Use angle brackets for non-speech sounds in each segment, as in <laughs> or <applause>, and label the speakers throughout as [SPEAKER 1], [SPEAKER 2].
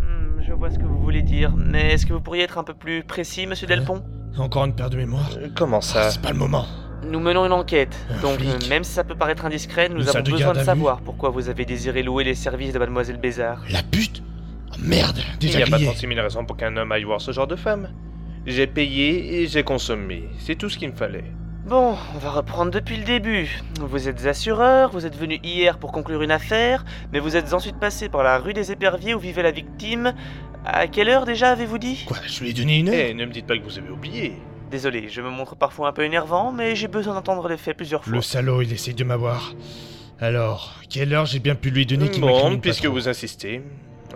[SPEAKER 1] Hmm, vois ce que vous voulez dire, mais est-ce que vous pourriez être un peu plus précis, monsieur
[SPEAKER 2] Hein
[SPEAKER 1] Delpont
[SPEAKER 2] Encore une paire de mémoire.
[SPEAKER 3] Euh, Comment ça
[SPEAKER 2] Ah, C'est pas le moment.
[SPEAKER 1] Nous menons une enquête,
[SPEAKER 2] Un
[SPEAKER 1] donc
[SPEAKER 2] flic.
[SPEAKER 1] euh, même si ça peut paraître indiscret, nous
[SPEAKER 2] Une
[SPEAKER 1] avons
[SPEAKER 2] salle de
[SPEAKER 1] besoin
[SPEAKER 2] garde
[SPEAKER 1] de
[SPEAKER 2] à vue.
[SPEAKER 1] savoir pourquoi vous avez désiré louer les services de Mademoiselle Bézard.
[SPEAKER 2] La pute Oh merde,
[SPEAKER 3] Il n'y
[SPEAKER 2] déjà
[SPEAKER 3] a pas
[SPEAKER 2] grillé.
[SPEAKER 3] 36 000 raisons pour qu'un homme aille voir ce genre de femme. J'ai payé et j'ai consommé. C'est tout ce qu'il me fallait.
[SPEAKER 1] Bon, on va reprendre depuis le début. Vous êtes assureur, vous êtes venu hier pour conclure une affaire, mais vous êtes ensuite passé par la rue des Éperviers où vivait la victime. À quelle heure déjà avez-vous dit
[SPEAKER 2] Quoi, je lui ai donné une
[SPEAKER 3] Eh,
[SPEAKER 2] heure
[SPEAKER 3] ne me dites pas que vous avez oublié.
[SPEAKER 1] Désolé, je me montre parfois un peu énervant, mais j'ai besoin d'entendre les faits plusieurs fois.
[SPEAKER 2] Le salaud, il essaye de m'avoir. Alors, quelle heure j'ai bien pu lui donner qu'il
[SPEAKER 3] bon,
[SPEAKER 2] m'incrimine pas
[SPEAKER 3] puisque
[SPEAKER 2] trop
[SPEAKER 3] vous insistez.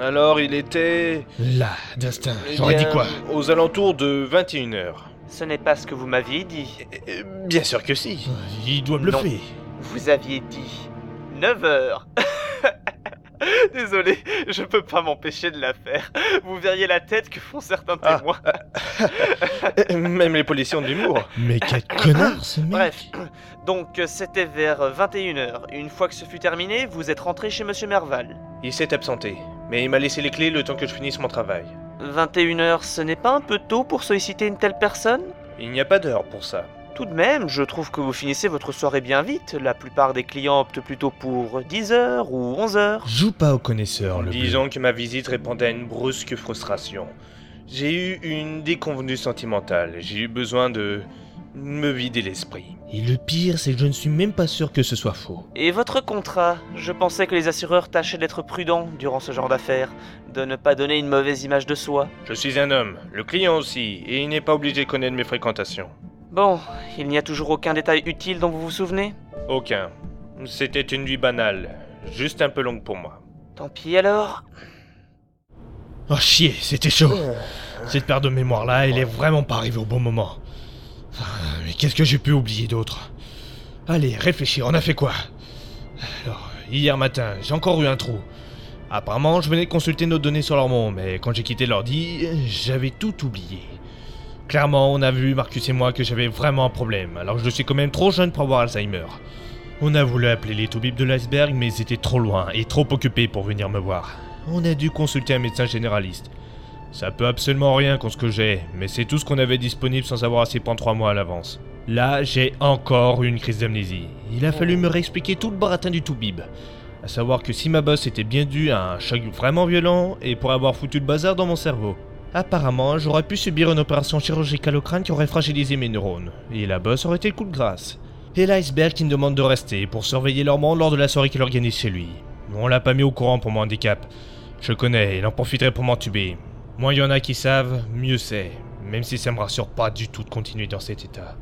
[SPEAKER 3] Alors, il était...
[SPEAKER 2] Là, d'instinct,
[SPEAKER 3] eh
[SPEAKER 2] j'aurais dit
[SPEAKER 3] bien,
[SPEAKER 2] quoi
[SPEAKER 3] Aux alentours de 21h.
[SPEAKER 1] Ce n'est pas ce que vous m'aviez dit.
[SPEAKER 3] Eh, Bien sûr
[SPEAKER 2] <laughs>
[SPEAKER 3] que si.
[SPEAKER 2] Il doit me le
[SPEAKER 1] Non.
[SPEAKER 2] faire.
[SPEAKER 1] Vous aviez dit 9 heures. <laughs> Désolé, je peux pas m'empêcher de la faire. Vous verriez la tête que font certains
[SPEAKER 3] Ah.
[SPEAKER 1] témoins.
[SPEAKER 3] Eh, Même les policiers ont de l'humour.
[SPEAKER 2] Mais quel
[SPEAKER 3] ah,
[SPEAKER 2] connard ce mec
[SPEAKER 1] Bref, donc euh, c'était vers 21h. Une fois que ce fut terminé, vous êtes rentré chez Monsieur Merval.
[SPEAKER 3] Il s'est absenté, mais il m'a laissé les clés le temps que je finisse mon travail.
[SPEAKER 1] 21h, ce n'est pas un peu tôt pour solliciter une telle personne
[SPEAKER 3] Il n'y a pas d'heure pour ça.
[SPEAKER 1] Tout de même, je trouve que vous finissez votre soirée bien vite. La plupart des clients optent plutôt pour 10h ou 11h.
[SPEAKER 2] Joue pas au connaisseur, le bleu.
[SPEAKER 3] Disons que ma visite répondait à une brusque frustration. J'ai eu une déconvenue sentimentale. J'ai eu besoin de me vider l'esprit.
[SPEAKER 2] Et le pire, c'est que je ne suis même pas sûr que ce soit faux.
[SPEAKER 1] Et votre contrat Je pensais que les assureurs tâchaient d'être prudents durant ce genre d'affaires, de ne pas donner une mauvaise image de soi.
[SPEAKER 3] Je suis un homme, le client aussi, et il n'est pas obligé de connaître mes fréquentations.
[SPEAKER 1] Bon, il n'y a toujours aucun détail utile dont vous vous souvenez
[SPEAKER 3] Aucun. C'était une nuit banale, juste un peu longue pour moi.
[SPEAKER 1] Tant pis alors.
[SPEAKER 2] Oh chier, c'était chaud. Cette paire de mémoires-là, elle est vraiment pas arrivée au bon moment. Ah, Mais qu'est-ce que j'ai pu oublier d'autre Allez, réfléchis, on a fait quoi Alors, hier matin, j'ai encore eu un trou. Apparemment, je venais consulter nos données sur l'hormon, mais quand j'ai quitté l'ordi, euh, j'avais tout oublié. Clairement, on a vu, Marcus et moi, que j'avais vraiment un problème, alors que je suis quand même trop jeune pour avoir Alzheimer. On a voulu appeler les toubibs de l'iceberg, mais ils étaient trop loin et trop occupés pour venir me voir. On a dû consulter un médecin généraliste. Ça peut absolument rien contre ce que j'ai, mais c'est tout ce qu'on avait disponible sans avoir assez pendant trois mois à l'avance. Là, j'ai encore eu une crise d'amnésie. Il a fallu me réexpliquer tout le baratin du toubib. À savoir que si ma bosse était bien due à un choc vraiment violent et pour avoir foutu le bazar dans mon cerveau. Apparemment, j'aurais pu subir une opération chirurgicale au crâne qui aurait fragilisé mes neurones. Et la bosse aurait été le coup de grâce. Et l'iceberg qui me demande de rester pour surveiller leur monde lors de la soirée qu'il organise chez lui. On l'a pas mis au courant pour mon handicap. Je connais, il en profiterait pour m'entuber. Moins il y en a qui savent, mieux c'est. Même si ça me rassure pas du tout de continuer dans cet état.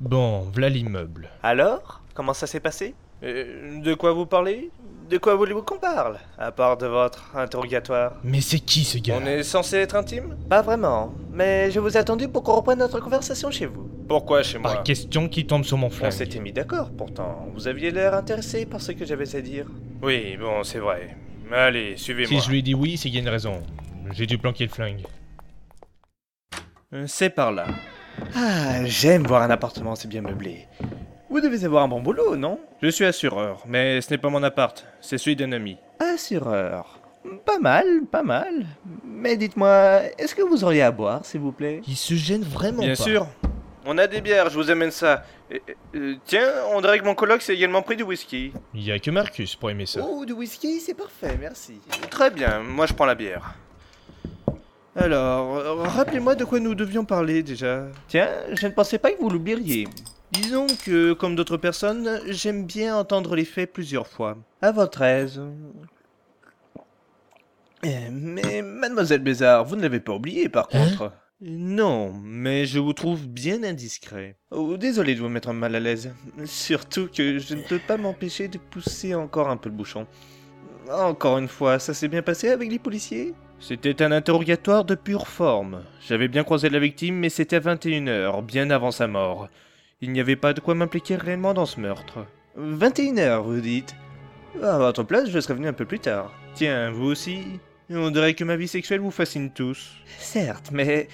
[SPEAKER 2] Bon, voilà l'immeuble.
[SPEAKER 3] Alors Comment ça s'est passé Euh, De quoi vous parlez De quoi voulez-vous qu'on parle À part de votre interrogatoire.
[SPEAKER 2] Mais c'est qui ce gars
[SPEAKER 3] On est censé être intime Pas vraiment, mais je vous ai attendu pour qu'on reprenne notre conversation chez vous. Pourquoi chez
[SPEAKER 2] Pas question qui tombe sur mon
[SPEAKER 3] On
[SPEAKER 2] flingue.
[SPEAKER 3] s'était mis d'accord pourtant. Vous aviez l'air intéressé par ce que j'avais à dire. Oui, bon, c'est vrai. Allez,
[SPEAKER 2] Si
[SPEAKER 3] suivez-moi.
[SPEAKER 2] je lui ai dit oui, c'est qu'il y a une raison. J'ai dû planquer le flingue.
[SPEAKER 3] Euh, C'est par là. Ah, j'aime voir un appartement aussi bien meublé. Vous devez avoir un bon boulot, non Je suis assureur, mais ce n'est pas mon appart, c'est celui d'un ami. Assureur Pas mal, pas mal. Mais dites-moi, est-ce que vous auriez à boire, s'il vous plaît
[SPEAKER 2] Il se gêne vraiment
[SPEAKER 3] Bien
[SPEAKER 2] pas.
[SPEAKER 3] sûr. On a des bières, je vous amène ça. Euh, euh, tiens, on dirait que mon coloc s'est également pris du whisky.
[SPEAKER 2] Il y a que Marcus pour aimer ça.
[SPEAKER 3] Oh, du whisky, c'est parfait, merci. Très bien, moi je prends la bière. Alors, euh, rappelez-moi de quoi nous devions parler déjà. Tiens, je ne pensais pas que vous l'oublieriez. Disons que, comme d'autres personnes, j'aime bien entendre les faits plusieurs fois. À votre aise. Euh, Mais, mademoiselle Bézard, vous ne l'avez pas oublié par
[SPEAKER 2] Hein
[SPEAKER 3] contre. Non, mais je vous trouve bien indiscret. Oh, désolé de vous mettre mal à l'aise. <laughs> Surtout que je ne peux pas m'empêcher de pousser encore un peu le bouchon. Encore une fois, ça s'est bien passé avec les policiers C'était un interrogatoire de pure forme. J'avais bien croisé la victime, mais c'était à 21h, bien avant sa mort. Il n'y avait pas de quoi m'impliquer réellement dans ce meurtre. 21h, vous dites À votre place, je serais venu un peu plus tard. Tiens, vous aussi On dirait que ma vie sexuelle vous fascine tous. Certes, mais...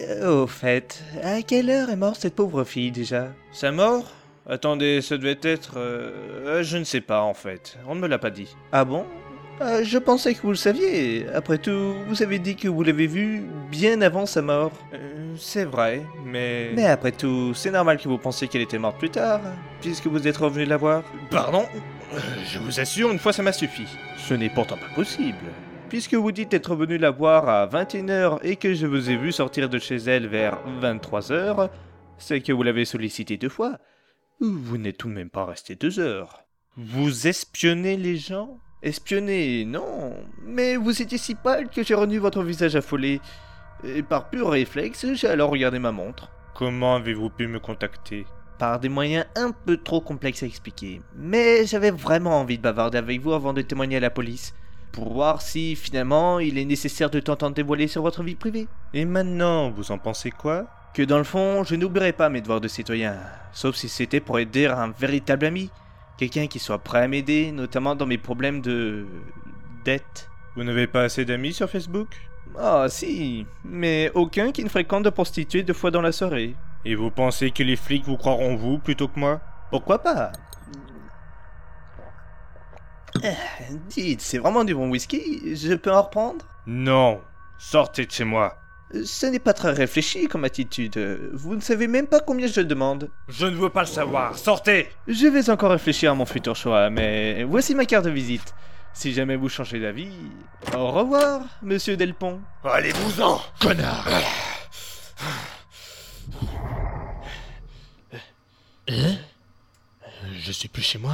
[SPEAKER 3] euh, au fait, à quelle heure est morte cette pauvre fille déjà Sa mort Attendez, ça devait être... euh, euh, je ne sais pas en fait, on ne me l'a pas dit. Ah bon Ah, je pensais que vous le saviez. Après tout, vous avez dit que vous l'avez vu bien avant sa mort. Euh, c'est vrai, mais... Mais après tout, c'est normal que vous pensiez qu'elle était morte plus tard, puisque vous êtes revenu la voir. Pardon Euh, Je vous assure, une fois ça m'a suffi. Ce n'est pourtant pas possible. Puisque vous dites être venu la voir à 21h et que je vous ai vu sortir de chez elle vers 23h, c'est que vous l'avez sollicité deux fois. Vous n'êtes tout de même pas resté deux heures. Vous espionnez les gens Espionner, non. Mais vous étiez si pâle que j'ai renu votre visage affolé. Et par pur réflexe, j'ai alors regardé ma montre. Comment avez-vous pu me contacter Par des moyens un peu trop complexes à expliquer. Mais j'avais vraiment envie de bavarder avec vous avant de témoigner à la police. Pour voir si, finalement, il est nécessaire de t'entendre dévoiler sur votre vie privée. Et maintenant, vous en pensez quoi Que dans le fond, je n'oublierai pas mes devoirs de citoyen. Sauf si c'était pour aider un véritable ami. Quelqu'un qui soit prêt à m'aider, notamment dans mes problèmes de. dette. Vous n'avez pas assez d'amis sur Facebook Ah, si, mais aucun qui ne fréquente de prostituées deux fois dans la soirée. Et vous pensez que les flics vous croiront vous plutôt que moi Pourquoi pas Ah, Dites, c'est vraiment du bon whisky Je peux en reprendre
[SPEAKER 4] Non, sortez de chez moi.
[SPEAKER 3] Ce n'est pas très réfléchi comme attitude. Vous ne savez même pas combien je demande.
[SPEAKER 4] Je ne veux pas le savoir, sortez
[SPEAKER 3] Je vais encore réfléchir à mon futur choix, mais voici ma carte de visite. Si jamais vous changez d'avis, au revoir, monsieur Delpont.
[SPEAKER 4] Allez-vous-en
[SPEAKER 2] Connard Hein Je suis plus chez moi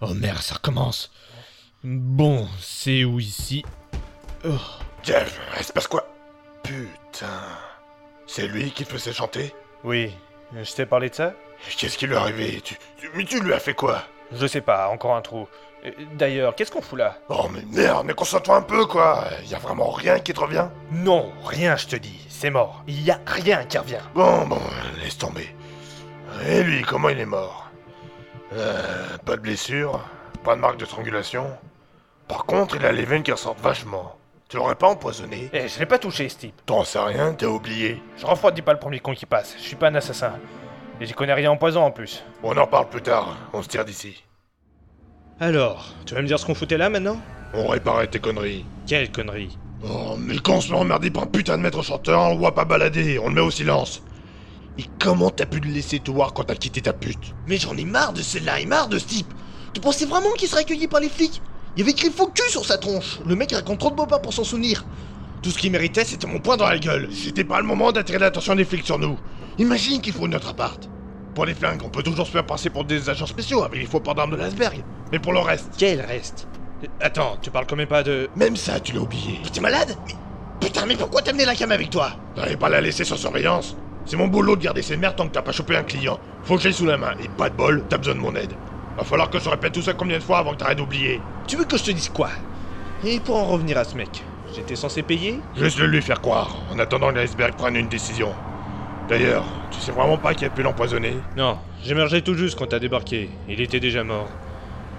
[SPEAKER 2] Oh merde, ça recommence Bon, c'est où ici Oh,
[SPEAKER 4] Jeff, il se passe quoi Putain. C'est lui qui te faisait chanter
[SPEAKER 5] Oui, je t'ai parlé de ça
[SPEAKER 4] Qu'est-ce qui lui est arrivé tu, tu- Mais tu lui as fait quoi
[SPEAKER 5] Je sais pas, encore un trou. Euh, D'ailleurs, qu'est-ce qu'on fout là
[SPEAKER 4] Oh mais merde, mais concentre-toi un peu quoi Y a vraiment rien qui te revient
[SPEAKER 5] Non, rien, je te dis, c'est mort. Il y a rien qui revient.
[SPEAKER 4] Bon, bon, laisse tomber. Et lui, comment il est mort Euh, Pas de blessure, pas de marque de strangulation. Par contre, il a les veines qui ressortent vachement. Tu l'aurais pas empoisonné
[SPEAKER 5] Eh, je l'ai pas touché, ce type.
[SPEAKER 4] T'en sais rien, t'as oublié.
[SPEAKER 5] Je refroidis pas le premier con qui passe, je suis pas un assassin. Et j'y connais rien en poison en plus.
[SPEAKER 4] On en parle plus tard, on se tire d'ici.
[SPEAKER 3] Alors, tu vas me dire ce qu'on foutait là maintenant
[SPEAKER 4] On réparait tes conneries.
[SPEAKER 3] Quelle connerie.
[SPEAKER 4] Oh, mais quand on se met emmerder par un putain de maître chanteur, on le voit pas balader, on le met au silence. Et comment t'as pu le laisser te voir quand t'as quitté ta pute
[SPEAKER 6] Mais j'en ai marre de celle-là et marre de ce type Tu pensais vraiment qu'il serait accueilli par les flics Il y avait écrit faux cul sur sa tronche Le mec raconte trop de bobards pour s'en souvenir
[SPEAKER 4] Tout ce qu'il méritait, c'était mon poing dans la gueule. C'était pas le moment d'attirer l'attention des flics sur nous. Imagine qu'il faut notre appart. Pour les flingues, on peut toujours se faire passer pour des agents spéciaux avec les faux ports d'armes de l'Asberg. Mais pour le reste,
[SPEAKER 3] Quel reste Attends, tu parles quand même pas de.
[SPEAKER 4] même ça, tu l'as oublié.
[SPEAKER 6] T'es malade Mais- Putain, mais pourquoi t'as amené la cam avec toi
[SPEAKER 4] T'allais pas la laisser sans surveillance. C'est mon boulot de garder ces merdes tant que t'as pas chopé un client. Faut que j'aille sous la main. Et pas de bol, t'as besoin de mon aide. Va falloir que je répète tout ça combien de fois avant que t'arrêtes d'oublier.
[SPEAKER 3] Tu veux que je te dise quoi Et pour en revenir à ce mec, j'étais censé payer
[SPEAKER 4] Juste le lui faire croire, en attendant que l'iceberg prenne une décision. D'ailleurs, tu sais vraiment pas qui a pu l'empoisonner
[SPEAKER 3] Non, j'émergeais tout juste quand t'as débarqué. Il était déjà mort.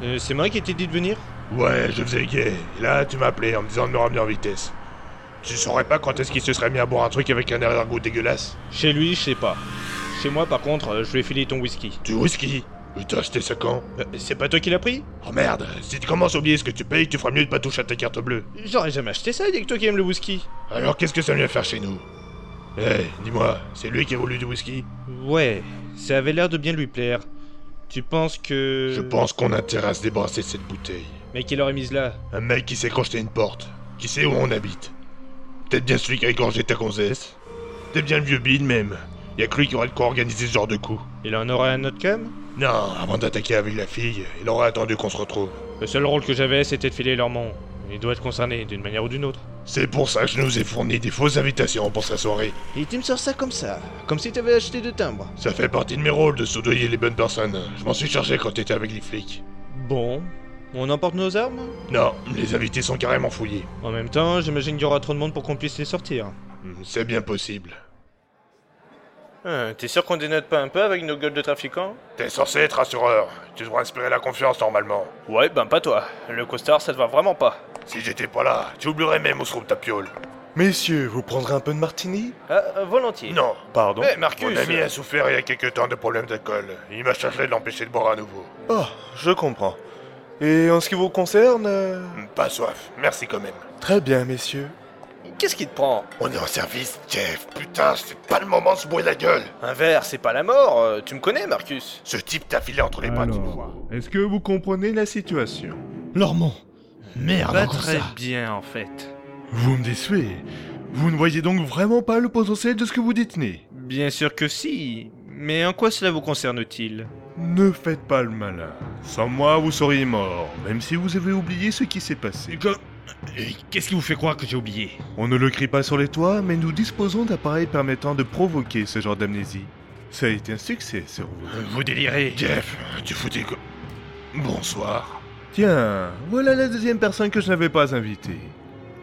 [SPEAKER 3] Euh, c'est moi qui t'ai dit de venir
[SPEAKER 4] Ouais, je faisais gay. Et là, tu m'as appelé en me disant de me ramener en vitesse. Tu saurais pas quand est-ce qu'il se serait mis à boire un truc avec un arrière-goût dégueulasse
[SPEAKER 3] Chez lui, je sais pas. Chez moi, par contre, euh, je lui ai filé ton whisky.
[SPEAKER 4] Du whisky Mais t'as acheté ça quand
[SPEAKER 3] Euh, c'est pas toi qui l'as pris
[SPEAKER 4] Oh merde, si tu commences à oublier ce que tu payes, tu feras mieux de pas toucher à ta carte bleue.
[SPEAKER 3] J'aurais jamais acheté ça, il y a que toi qui aimes le whisky.
[SPEAKER 4] Alors qu'est-ce que ça vient faire chez nous Eh, dis-moi, c'est lui qui a voulu du whisky
[SPEAKER 3] Ouais, ça avait l'air de bien lui plaire. Tu penses que...
[SPEAKER 4] Je pense qu'on a intérêt à se débarrasser de cette bouteille.
[SPEAKER 3] Mais qui l'aurait mise là
[SPEAKER 4] Un mec qui sait crocheter une porte, qui sait où on habite. Peut-être bien celui qui a égorgé ta gonzesse. Peut-être bien le vieux Bill même. Y'a que lui qui aurait le quoi organiser ce genre de coup.
[SPEAKER 3] Il en aurait un autre cam
[SPEAKER 4] Non, avant d'attaquer avec la fille, il aurait attendu qu'on se retrouve.
[SPEAKER 3] Le seul rôle que j'avais, c'était de filer leur nom. Il doit être concerné, d'une manière ou d'une autre.
[SPEAKER 4] C'est pour ça que je nous ai fourni des fausses invitations pour sa soirée.
[SPEAKER 3] Et tu me sors ça comme ça, comme si t'avais acheté deux timbres.
[SPEAKER 4] Ça fait partie de mes rôles de soudoyer les bonnes personnes. Je m'en suis chargé quand t'étais avec les flics.
[SPEAKER 3] Bon, on emporte nos armes
[SPEAKER 4] Non, les invités sont carrément fouillés.
[SPEAKER 3] En même temps, j'imagine qu'il y aura trop de monde pour qu'on puisse les sortir.
[SPEAKER 4] Hmm, C'est bien possible.
[SPEAKER 5] Hein, T'es sûr qu'on dénote pas un peu avec nos gueules de trafiquants
[SPEAKER 4] T'es censé être assureur. Tu devrais inspirer la confiance normalement.
[SPEAKER 5] Ouais, ben pas toi. Le costard, ça te va vraiment pas.
[SPEAKER 4] Si j'étais pas là, tu oublierais même où se trouve ta piole.
[SPEAKER 5] Messieurs, vous prendrez un peu de martini
[SPEAKER 3] Euh,
[SPEAKER 5] volontiers.
[SPEAKER 4] Non,
[SPEAKER 5] Pardon Eh, Marcus
[SPEAKER 4] Mon ami a souffert il y a quelques temps de problèmes d'alcool. Il m'a chargé de l'empêcher de boire à nouveau.
[SPEAKER 5] Oh, je comprends.
[SPEAKER 3] Et en ce qui vous concerne... euh,
[SPEAKER 4] Hmm, Pas soif, merci quand même.
[SPEAKER 3] Très bien, messieurs. Qu'est-ce qui te prend
[SPEAKER 4] On est en service, Jeff. Putain, c'est pas le moment de se bourrer la gueule.
[SPEAKER 3] Un verre, c'est pas la mort. euh, Tu me connais, Marcus.
[SPEAKER 4] Ce type t'a filé entre les bras. tu vois.
[SPEAKER 7] Alors, est-ce que vous comprenez la situation
[SPEAKER 2] Lormont Merde, encore ça.
[SPEAKER 3] bien, en fait.
[SPEAKER 7] Vous me décevez. Vous ne voyez donc vraiment pas le potentiel de ce que vous détenez.
[SPEAKER 3] Bien sûr que si. Mais en quoi cela vous concerne-t-il
[SPEAKER 7] Ne faites pas le malin. Sans moi, vous seriez mort, même si vous avez oublié ce qui s'est passé.
[SPEAKER 2] Et Qu'est-ce qui vous fait croire que j'ai oublié
[SPEAKER 7] On ne le crie pas sur les toits, mais nous disposons d'appareils permettant de provoquer ce genre d'amnésie. Ça a été un succès, sur vous.
[SPEAKER 2] Vous délirez
[SPEAKER 4] Jeff, tu fous des go- Bonsoir.
[SPEAKER 7] Tiens, voilà la deuxième personne que je n'avais pas invitée.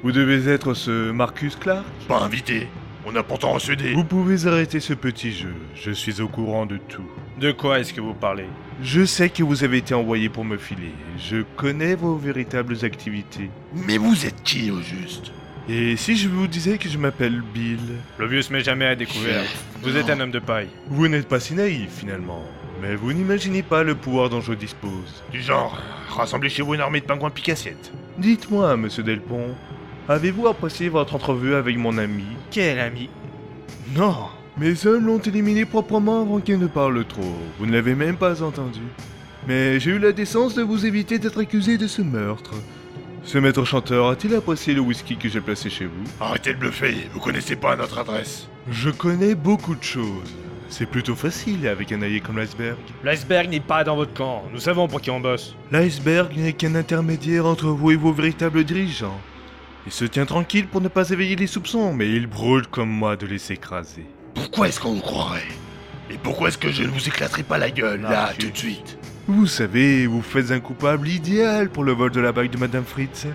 [SPEAKER 7] Vous devez être ce Marcus Clark
[SPEAKER 4] Pas invité. On a pourtant reçu des.
[SPEAKER 7] Vous pouvez arrêter ce petit jeu, je suis au courant de tout.
[SPEAKER 3] De quoi est-ce que vous parlez
[SPEAKER 7] Je sais que vous avez été envoyé pour me filer, je connais vos véritables activités.
[SPEAKER 4] Mais vous êtes qui au juste
[SPEAKER 7] Et si je vous disais que je m'appelle Bill
[SPEAKER 3] Le vieux se met jamais à découvert. Vous êtes un homme de paille.
[SPEAKER 7] Vous n'êtes pas si naïf finalement, mais vous n'imaginez pas le pouvoir dont je dispose.
[SPEAKER 4] Du genre, rassemblez chez vous une armée de pingouins picassiettes.
[SPEAKER 7] Dites-moi, monsieur Delpont, avez-vous apprécié votre entrevue avec mon ami
[SPEAKER 3] Quel ami
[SPEAKER 7] Non Mes hommes l'ont éliminé proprement avant qu'il ne parle trop. Vous ne l'avez même pas entendu. Mais j'ai eu la décence de vous éviter d'être accusé de ce meurtre. Ce maître chanteur a-t-il apprécié le whisky que j'ai placé chez vous
[SPEAKER 4] Arrêtez de bluffer, vous connaissez pas notre adresse.
[SPEAKER 7] Je connais beaucoup de choses. C'est plutôt facile avec un allié comme l'iceberg.
[SPEAKER 5] L'iceberg n'est pas dans votre camp. Nous savons pour qui on bosse.
[SPEAKER 7] L'iceberg n'est qu'un intermédiaire entre vous et vos véritables dirigeants. Il se tient tranquille pour ne pas éveiller les soupçons, mais il brûle comme moi de les écraser.
[SPEAKER 4] Pourquoi est-ce qu'on vous croirait Et pourquoi est-ce que je ne vous éclaterai pas la gueule,
[SPEAKER 7] Ah,
[SPEAKER 4] là,
[SPEAKER 7] tu-
[SPEAKER 4] tout de suite
[SPEAKER 7] Vous savez, vous faites un coupable idéal pour le vol de la bague de Madame Fritz.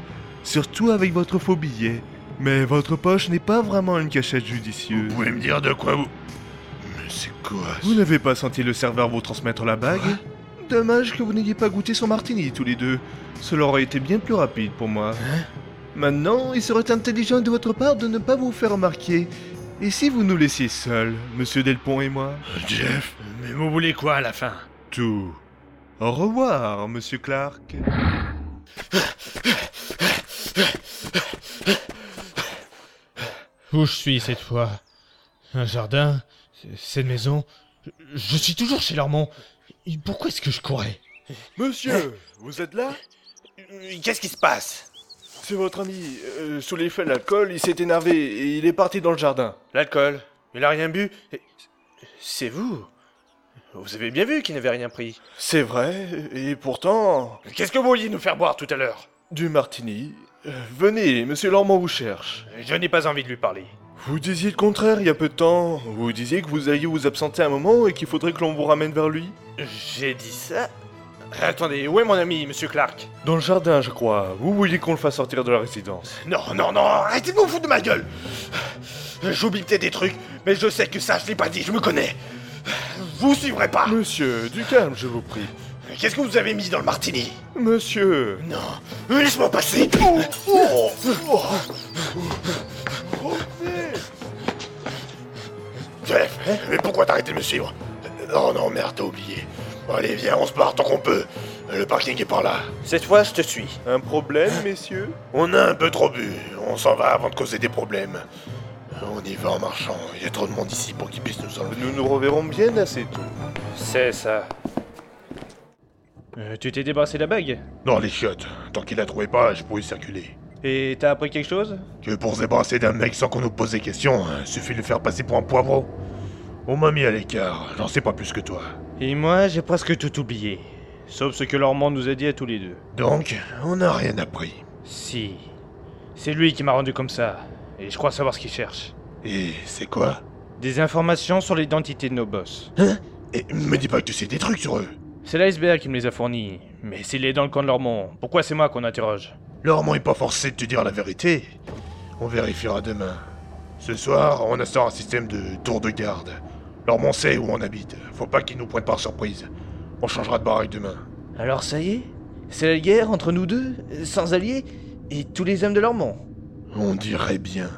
[SPEAKER 7] Surtout avec votre faux billet. Mais votre poche n'est pas vraiment une cachette
[SPEAKER 4] Vous
[SPEAKER 7] judicieuse.
[SPEAKER 4] pouvez me dire de quoi vous. Mais c'est quoi
[SPEAKER 7] Vous n'avez pas senti le serveur vous transmettre la bague Dommage que vous n'ayez pas goûté son martini tous les deux. Cela aurait été bien plus rapide pour moi. Maintenant, il serait intelligent de votre part de ne pas vous faire remarquer. Et si vous nous laissiez seuls, monsieur Delpont et moi
[SPEAKER 4] ça Jeff
[SPEAKER 5] Mais vous voulez quoi à la fin
[SPEAKER 7] Tout. Au revoir, monsieur Clark.
[SPEAKER 2] Où je suis cette fois Un jardin c- Cette maison Je- Je suis toujours chez Lormont. Et Pourquoi est-ce que je courais
[SPEAKER 7] Monsieur, vous êtes là
[SPEAKER 1] Qu'est-ce qui se passe
[SPEAKER 7] C'est votre ami. Euh, sous l'effet de l'alcool, il s'est énervé et il est parti dans le jardin.
[SPEAKER 3] L'alcool. Il a rien bu. Et- C'est vous. Vous avez bien vu qu'il n'avait rien pris.
[SPEAKER 7] C'est vrai, et pourtant...
[SPEAKER 5] Qu'est-ce que vous vouliez nous faire boire tout à l'heure
[SPEAKER 7] Du martini. Euh, venez, monsieur Lormont vous cherche.
[SPEAKER 5] Je n'ai pas envie de lui parler.
[SPEAKER 7] Vous disiez le contraire il y a peu de temps. Vous disiez que vous alliez vous absenter un moment et qu'il faudrait que l'on vous ramène vers lui.
[SPEAKER 3] J'ai dit ça
[SPEAKER 4] Euh,
[SPEAKER 3] Attendez, où est mon ami, monsieur Clark
[SPEAKER 7] Dans le jardin, je crois. Vous vouliez qu'on le fasse sortir de la résidence.
[SPEAKER 4] Non, non, non, arrêtez de vous foutre de ma gueule J'oublie peut-être des trucs, mais je sais que ça, je l'ai pas dit, je me connais Vous suivrez pas
[SPEAKER 7] Monsieur, du calme, je vous prie.
[SPEAKER 4] Qu'est-ce que vous avez mis dans le martini
[SPEAKER 7] Monsieur.
[SPEAKER 4] Non, laisse-moi passer Jeff, mais pourquoi t'arrêter de me suivre Oh Non, non, merde, t'as oublié. Allez, viens, on se barre tant qu'on peut. Le parking est par là.
[SPEAKER 3] Cette fois, je te suis.
[SPEAKER 7] Un problème, messieurs
[SPEAKER 4] On a un peu trop bu, on s'en va avant de causer des problèmes. On y va en marchant, il y a trop de monde ici pour qu'ils puissent nous enlever.
[SPEAKER 7] Nous nous reverrons bien assez tôt.
[SPEAKER 5] C'est ça. Euh, tu t'es débarrassé de la bague
[SPEAKER 4] Non, les chiottes, tant qu'il la trouvait pas, je pouvais circuler.
[SPEAKER 5] Et t'as appris quelque chose
[SPEAKER 4] Que pour se débarrasser d'un mec sans qu'on nous pose des questions, hein, suffit de le faire passer pour un poivreau. On m'a mis à l'écart, j'en sais pas plus que toi.
[SPEAKER 5] Et moi, j'ai presque tout oublié. Sauf ce que Lormand nous a dit à tous les deux.
[SPEAKER 4] Donc, on n'a rien appris.
[SPEAKER 5] Si. C'est lui qui m'a rendu comme ça. Et je crois savoir ce qu'il cherche.
[SPEAKER 4] Et c'est quoi
[SPEAKER 5] Des informations sur l'identité de nos boss.
[SPEAKER 4] Et me dis pas que tu sais des trucs sur eux.
[SPEAKER 5] C'est l'iceberg qui me les a fournis. Mais s'il est dans le camp de Lormont, pourquoi c'est moi qu'on interroge
[SPEAKER 4] Laurent est pas forcé de te dire la vérité. On vérifiera demain. Ce soir, on instaure un système de tour de garde. Laurent sait où on habite. Faut pas qu'il nous prenne par surprise. On changera de baraque demain.
[SPEAKER 3] Alors ça y est C'est la guerre entre nous deux, sans alliés, et tous les hommes de Lormont.
[SPEAKER 4] On dirait bien.